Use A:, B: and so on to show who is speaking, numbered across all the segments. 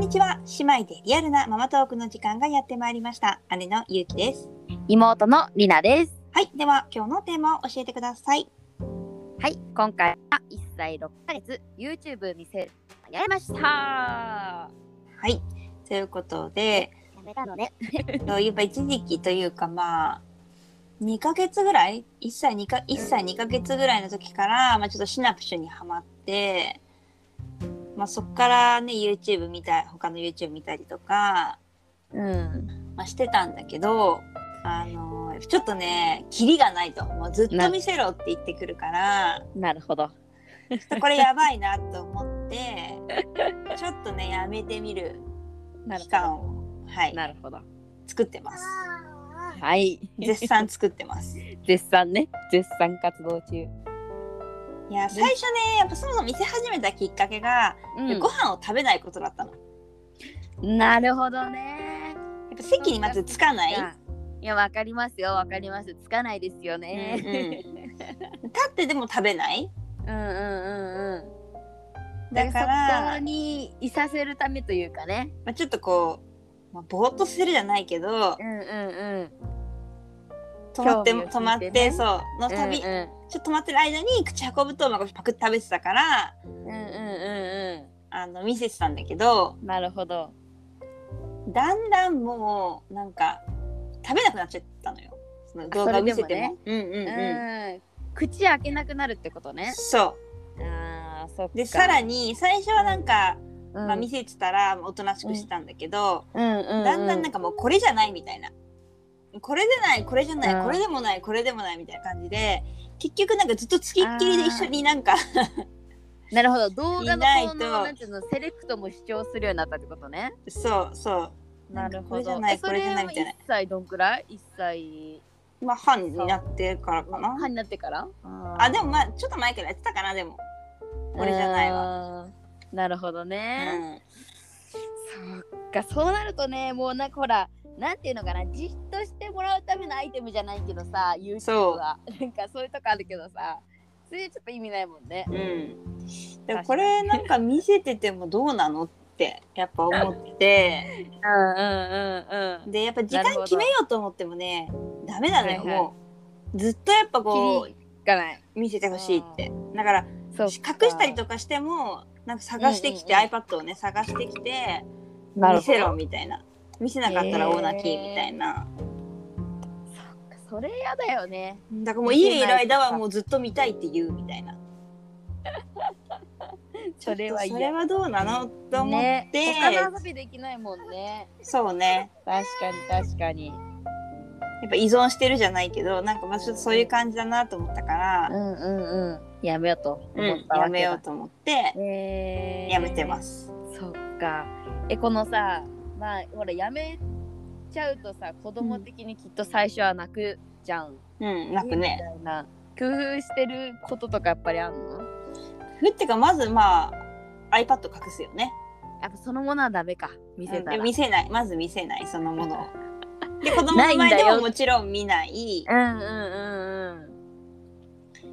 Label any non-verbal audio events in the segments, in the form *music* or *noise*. A: にちは姉妹でリアルなママトークの時間がやってまいりました姉のゆうきです
B: 妹のりなです。
A: はいでは今日のテーマを教えてください
B: はい、今回は1歳6ヶ月 YouTube 見せやりました。や
A: はいということで
B: めたのね。
A: そういえば一時期というかまあ2ヶ月ぐらい1歳 2, か1歳2ヶ月ぐらいの時から、まあ、ちょっとシナプシュにはまって、まあ、そっからね YouTube 見た他の YouTube 見たりとか、
B: うん。
A: まあ、してたんだけどあのちょっとねキリがないともうずっと見せろって言ってくるから
B: なるほど。
A: ちょっと *laughs* これやばいなと思ってちょっとねやめてみる
B: なる
A: 期
B: ほど。
A: 間を、はい、
B: なるほど。
A: 作ってます
B: はい。
A: 絶賛作ってます
B: *laughs* 絶賛ね。絶賛活動中。
A: いや最初ねやっぱそもそも見せ始めたきっかけが、ご飯を食べないことだったのや
B: なるほどね。
A: っぱ席にまずつかない立
B: いや、わかりますよ。わかります。つかないですよね。 *laughs*
A: ってでも食べない
B: うんうんうんうん。
A: だから
B: そこにいさせるためというかね。
A: まあ、ちょっとこう、まあ、ぼーっとするじゃないけど
B: うんうんうん。
A: 止まって
B: 興味を
A: 止まっ
B: 引いて
A: て
B: ね
A: そうの旅、
B: うん
A: ちょ
B: うん
A: っと止まってる間に口運ぶと、まあ、パクッと食べてたから
B: うんうんうんう
A: あの見せてたんだけど
B: ん。なるほど。
A: だんだんもうなんか食べなくなっちゃったのよその動画を見せてもうんうんうん、
B: うん口開けなくなるってことね。
A: そ
B: ああ、そっか。
A: うでさらに最初はなんか、
B: うん、
A: まあ、見せてたらおとなしくしてたんだけど、
B: うんうん、
A: だんだんなん
B: か、
A: かもうこれじゃないみたいなこれでないこれじゃない、
B: うん
A: これでもないこれでもないみたいな感じで結局なんかずっとつきっきりで一緒になんか
B: なるほど、動画の
A: いない
B: こ
A: と
B: のなんていうのセレクトも主張するようになったってことね。
A: そうそう
B: なる
A: んかこ
B: ほ
A: れじゃ
B: ど。
A: な
B: え
A: いこれじゃないみたい
B: それは一歳どんくらい？一歳
A: なまあ半になってからかな
B: 半になってから？
A: あでもまあちょっと前からやってたかなでもこれじゃないわ、
B: わ。なるほど
A: う
B: ね。
A: ん、
B: そっか、そうなるとね、もうなんかほら、なんていうのかな、じっとしてもらうためのアイテムじゃないけどさ、
A: そう
B: YouTube はなんかそういうとこあるけどさ、それちょっと意味ないもんね。
A: うん、でもこれなんか見せててもどうなのってやっぱ思って
B: うんうんうんうん。
A: でやっぱ時
B: なるほ
A: 間
B: ど
A: 決めようと思ってもねダメなのよ、
B: はいはい
A: もうずっとやっぱこう
B: 切りがない。
A: 見せてほしいってだから
B: そう
A: 隠したりとかしてもなんか探してきて、
B: うんうん
A: iPad をね探してきて見
B: なるほど
A: せろみたいな見せなかったら大泣きみたいな、
B: それやだよね。
A: だからもう家にいる間はもうずっと見たいって言うみたいな
B: *laughs* それは
A: ちょっとそ
B: 嫌
A: れはどうなのと思って、
B: ね、他の遊びできないもんね。
A: そうね
B: 確かに確かに。
A: やっぱ依存してるじゃないけどなんかまあちょっとそういう感じだなと思ったから
B: う、んうんうん。やめようと
A: うん
B: 思ったわけだ。
A: やめようと思って
B: えー
A: やめてます、
B: そっか。え、このさ、まあ、ほら、やめちゃうとさ、子供的にきっと最初は泣くじゃん。
A: うんなくね。
B: みたいな。工夫してることとかやっぱりあんの
A: ふってかまずまあ iPad 隠すよね
B: やっぱそのものはダメか。見せたら。
A: うん
B: う
A: 見
B: ん
A: せないまず見せないそのも
B: *laughs*
A: のをで子供の前で
B: ないんだ
A: も
B: よ
A: もちろん見ない
B: うんうんう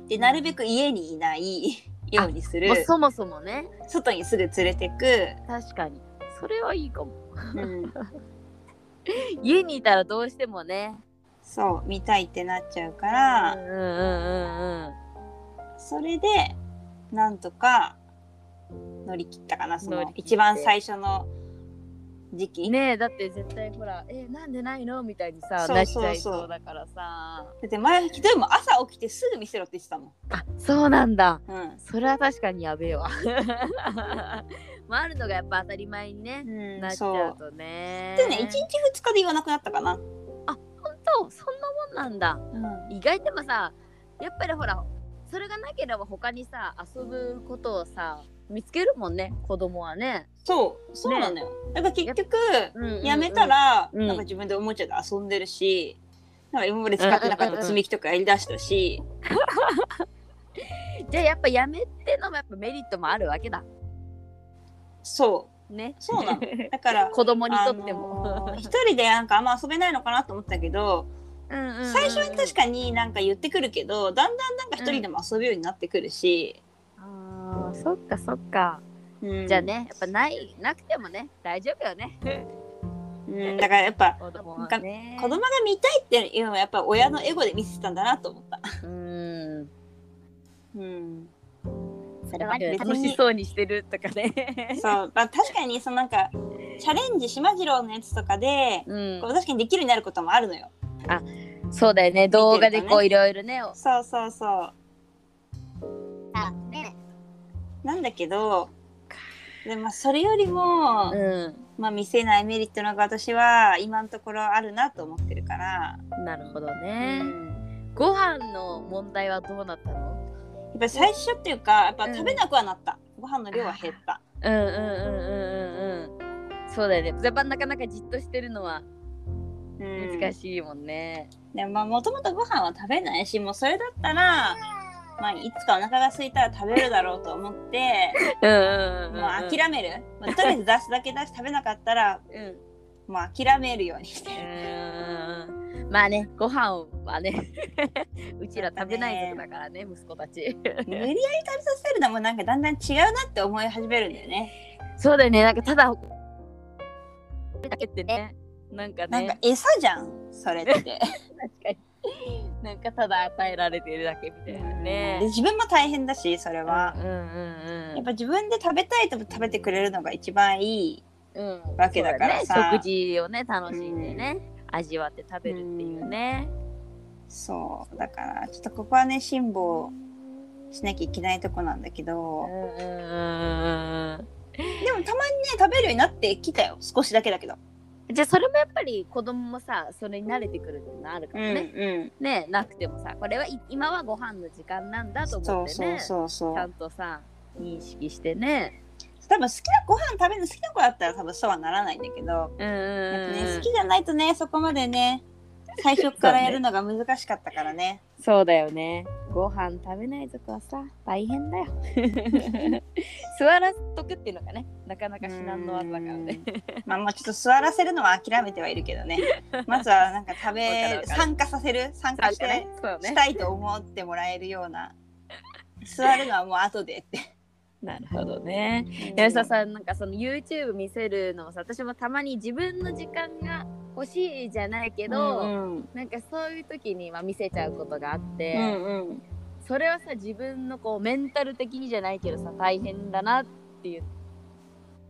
B: ん。
A: でなるべく家にいない *laughs* ようにする
B: もうそもそもね。
A: 外にすぐ連れてく、
B: 確かに。それはいいかも。
A: うん、
B: 家にいたらどうしてもね。
A: そう見たいってなっちゃうか
B: う
A: ら
B: んうんうんうん。
A: それでなんとか乗り切ったかなそ
B: 乗
A: の
B: り切って
A: 一番最初の時期、
B: ねえだって絶対ほら「えなんでないの?」みたいにさ
A: そうそう
B: なっち
A: そう
B: ゃいそうだからさ
A: だって前ひどいもん朝起きてすぐ見せろって言ってたもん、
B: あそうなんだ
A: うん
B: それは確かにやべえわ *laughs* まああるのがやっぱ当たり前にね、
A: うん
B: なっちゃ
A: そう
B: うとね
A: でね1日2日で言わなくなったかな、
B: 本当そんなもんなんだ
A: うん
B: 意外でもさやっぱりほらそれがなければ他にさ遊ぶことをさ見つけるもんね子供はね、
A: そうそうなのよ、だから結局
B: うんうんうん
A: やめたら、
B: うん
A: なんか自分でおもちゃで遊んでるし、なんか今まで使ってなかった積み木とかやりだしたし、
B: じゃあやっぱやめてのもやっぱメリットもあるわけだ
A: そ
B: ね
A: そうなのだから
B: *laughs* 子供にとって
A: あ
B: も、
A: のー一人でなんかあんま遊べないのかなと思ったけど、
B: うんうんうん
A: 最初は確かになんか言ってくるけどだんだんなんか一人でも遊ぶようになってくるし、
B: あーそっかそっか、
A: うん
B: じゃあね、やっぱない、なくてもね、大丈夫よね。
A: うん、だからやっぱ
B: 子供はね。
A: 子供が見たいっていうのはやっぱ親のエゴで見せてたんだなと思った。
B: うん。
A: うん、
B: それはあるよ
A: 別に
B: 楽しそうにしてるとかね。
A: そう、まあ、確かにそのなんかチャレンジしまじろうのやつとかで、
B: うん
A: こう、確かにできるようになることもあるのよ。
B: そうだよね動画で
A: 見て
B: こ
A: ると
B: う
A: ね
B: いろいろね
A: そうそうそう。なんだけどで、まあ、それよりも、
B: うん
A: まあ、見せないメリットの方が私は今のところあるなと思ってるから、
B: なるほど
A: う
B: ね
A: ん
B: ご飯の問題はどうなったの
A: やっぱり最初っていうかやっぱ
B: うん
A: 食べなくはなった、ご飯の量は減った
B: うんうんうんうんうんうんそうだよねやっぱなかなかじっとしてるのは難
A: い、
B: しいもんね
A: でもまあもともとご飯は食べないしもうそれだったら、まあ、いつかお腹が空いたら食べるだろうと思って
B: うんうんうんうん
A: もう諦める、まあ、とりあえず出すだけ出して食べなかったら *laughs*
B: うん
A: もう諦めるようにしてる
B: うんうんまあねご飯はね *laughs* うちら食べない族だからね息子たち
A: 無理やり食べさせるのもなんかだんだん違うなって思い始めるんだよね
B: そうだよねなんかただだけってねなんかね
A: なんか餌じゃんそ
B: *laughs*
A: れって。
B: 確かになんかただ与えられてるだけみたいなね
A: で自分も大変だしそれは
B: う、んうん
A: や
B: う
A: っ
B: ん
A: ぱ自分で食べたいと食べてくれるのが一番いい、
B: うん
A: わけだからさ
B: そうだね食事をね楽しんでね、味わって食べるっていうね、
A: そうだからちょっとここはね辛抱しなきゃいけないとこなんだけ
B: う
A: ど、
B: んうんうんう
A: でもたまにね食べるようになってきたよ少しだけだけど、
B: んじゃあそれもやっぱり子供もさそれに慣れてくるっていうのあるからね、
A: うん
B: ねなくてもさこれはい今はご飯の時間なんだと
A: そ
B: 思っ
A: う
B: て
A: そう
B: ね
A: そう
B: ち
A: そ
B: ゃ
A: うん
B: とさ認識してね
A: 多分好きなご飯食べるの好きな子だったら多分そうはならないんだけど、
B: うんうん
A: やっぱ
B: うん
A: ね、好きじゃないとねそこまでね最初からやるのが難しかったからね
B: そうだよね。ご飯食べない族はさ、大変
A: *laughs*
B: だよ。座らせとくっていうのがね、なかなか至難の技だからね。
A: まあもうちょっと座らせるのは諦めてはいるけどね。まずはなんか食
B: *laughs* わかるわ
A: べ
B: かる
A: 参加させる参加して、
B: ね、 *laughs* そう
A: し
B: ね。
A: たいと思ってもらえるような座るのはもう後でって。
B: なるほどね。吉田さん、なんかその YouTube 見せるのをさ、私もたまに自分の時間が欲しいじゃないけ
A: け
B: ど、
A: うん
B: なんかそういう時にまあ見せちゃうことがあっ
A: う
B: て、
A: んうん
B: それはさ、自分のこうメンタル的にじゃないけどさ、大変だなっていう。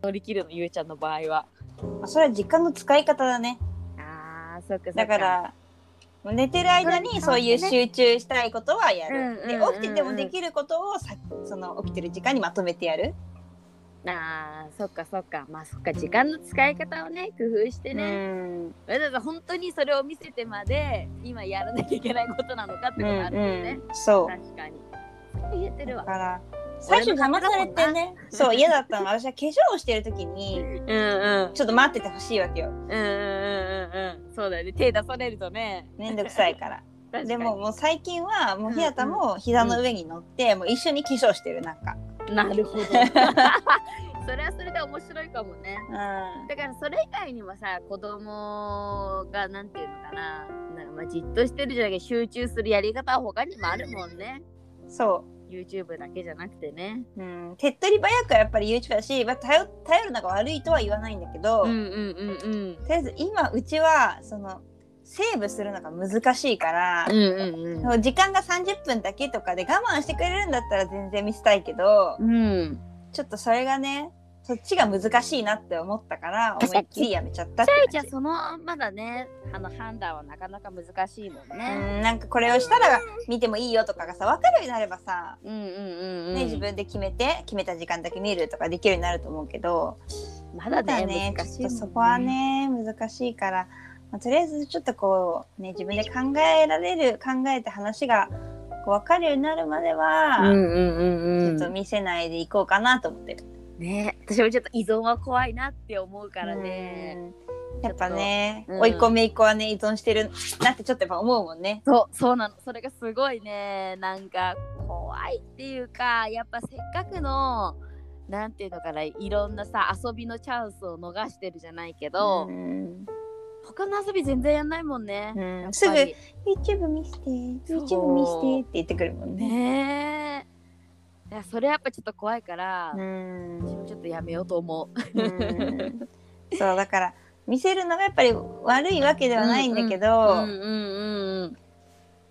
B: 乗り切るの、ゆうちゃんの場合は。
A: まあそれは時間の使い方だね。
B: ああ、そっかそっか。
A: だからもう寝てる間にそういう集中したいことはやる。
B: うん
A: で
B: うんうんうん
A: 起きててもできることをさその起きてる時間にまとめてやる。
B: あーそっかそっかまあそっか時間の使い方をね工夫してね、
A: うん
B: わざわざ本当にそれを見せてまで今やらなきゃいけないことなのかってことあるよね、
A: そう。
B: 確かに言えてる
A: だ
B: わ
A: から最初邪魔されてねそう嫌だったの私は化粧をしてる時に
B: うんうん
A: ちょっと待っててほしいわけよ
B: うんうんうんうんそうだよね手出されるとね
A: めんどくさいから
B: *laughs* 確かに
A: でももう最近はもうひなたも膝の上に乗ってもう一緒に化粧してるなんか
B: なる
A: *laughs*
B: ほどそれはそれで面白いかもね
A: う
B: だからそれ以外にもさ子供がなんていうのかななんかまあじっとしてるじゃなくて集中するやり方は他にもあるもんね
A: んそ
B: YouTube だけじゃなくてね
A: う、うん、手っ取り早くはやっぱり YouTube だし、まあ、頼頼るのが悪いとは言わないんだけど、
B: うん
A: と
B: うんうんうん
A: りあえず今うちはそのセーブするのが難しいから、
B: うん
A: もう時間が30分だけとかで我慢してくれるんだったら全然見せたいけど、
B: うんうん
A: ちょっとそれがねそっちが難しいなって思ったから
B: 確
A: 思
B: か
A: い
B: に
A: っきりやめちゃったっ
B: ち
A: て
B: ゃいち
A: 感
B: ゃ
A: じ
B: そのまだねあの判断はなかなか難しいもんね。
A: うんなんかこれをしたら見てもいいよとかがさ分かるようになればさ、
B: うんうんうんうん、
A: ね、自分で決めて決めた時間だけ見るとかできるようになると思うけど
B: まだ
A: ただ
B: ね
A: ね
B: 難し
A: ち
B: い
A: ょっ
B: もん、
A: とそこはね難しいから、まあ、とりあえずちょっとこうね自分で考えられる考えて話がこう分かるようになるまでは、ち
B: うんうんう
A: ょっ
B: んう
A: と見せないでいこうかなと思ってる。
B: ん。ね私もちょっと依存は怖いなって思うからね。
A: うんやっぱね、
B: ちょっとうん
A: 追い込めいっ子はね依存してるなってちょっとやっぱ思うもんね。
B: そうそうなのそれがすごいねなんか怖いっていうかやっぱせっかくのなんていうのかないろんなさ遊びのチャンスを逃してるじゃないけど、
A: うん
B: 他の遊び全然やんないもんね。
A: うん
B: やっ
A: す
B: ぱ
A: ぐ
B: り
A: YouTube 見せて
B: そう
A: YouTube 見せてって言ってくるもんね。
B: ねえ。からそれやっぱちょっと怖いから、
A: うん
B: 私もちょっとやめようと思う。
A: うんそうだから見せるのがやっぱり悪いわけではないんだけど
B: うんうんうんうん。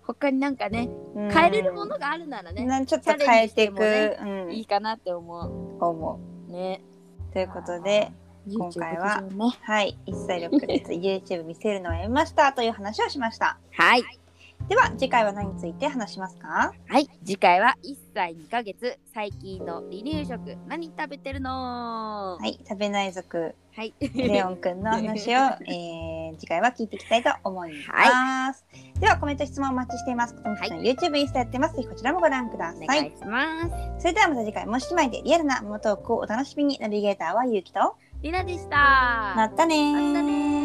B: 他になんかね、
A: うん
B: 変えれるものがあるならね、
A: なちょっと変えていく、
B: チャレン
A: う
B: ジ
A: ん
B: いいかなって思
A: 思
B: う。ね。
A: うということで今回は
B: YouTube 上ね
A: はい一切力です YouTube 見せるのをやめましたという話をしました
B: はい。
A: では次回は何について話しますか
B: はい、次回は1歳2ヶ月最近の離乳食何食べてるの
A: はい食べない族
B: はい、
A: レオンくんの話を、えー次回は聞いていきたいと思います、ではコメント質問お待ちしていますことみきさん YouTube インスタやってますぜひこちらもご覧くださ
B: *laughs* お
A: い、
B: 願いします、
A: それではまた次回も姉妹でリアルなモノトークをお楽しみにナビゲーターはゆうきと
B: りなでした
A: またねー
B: またねー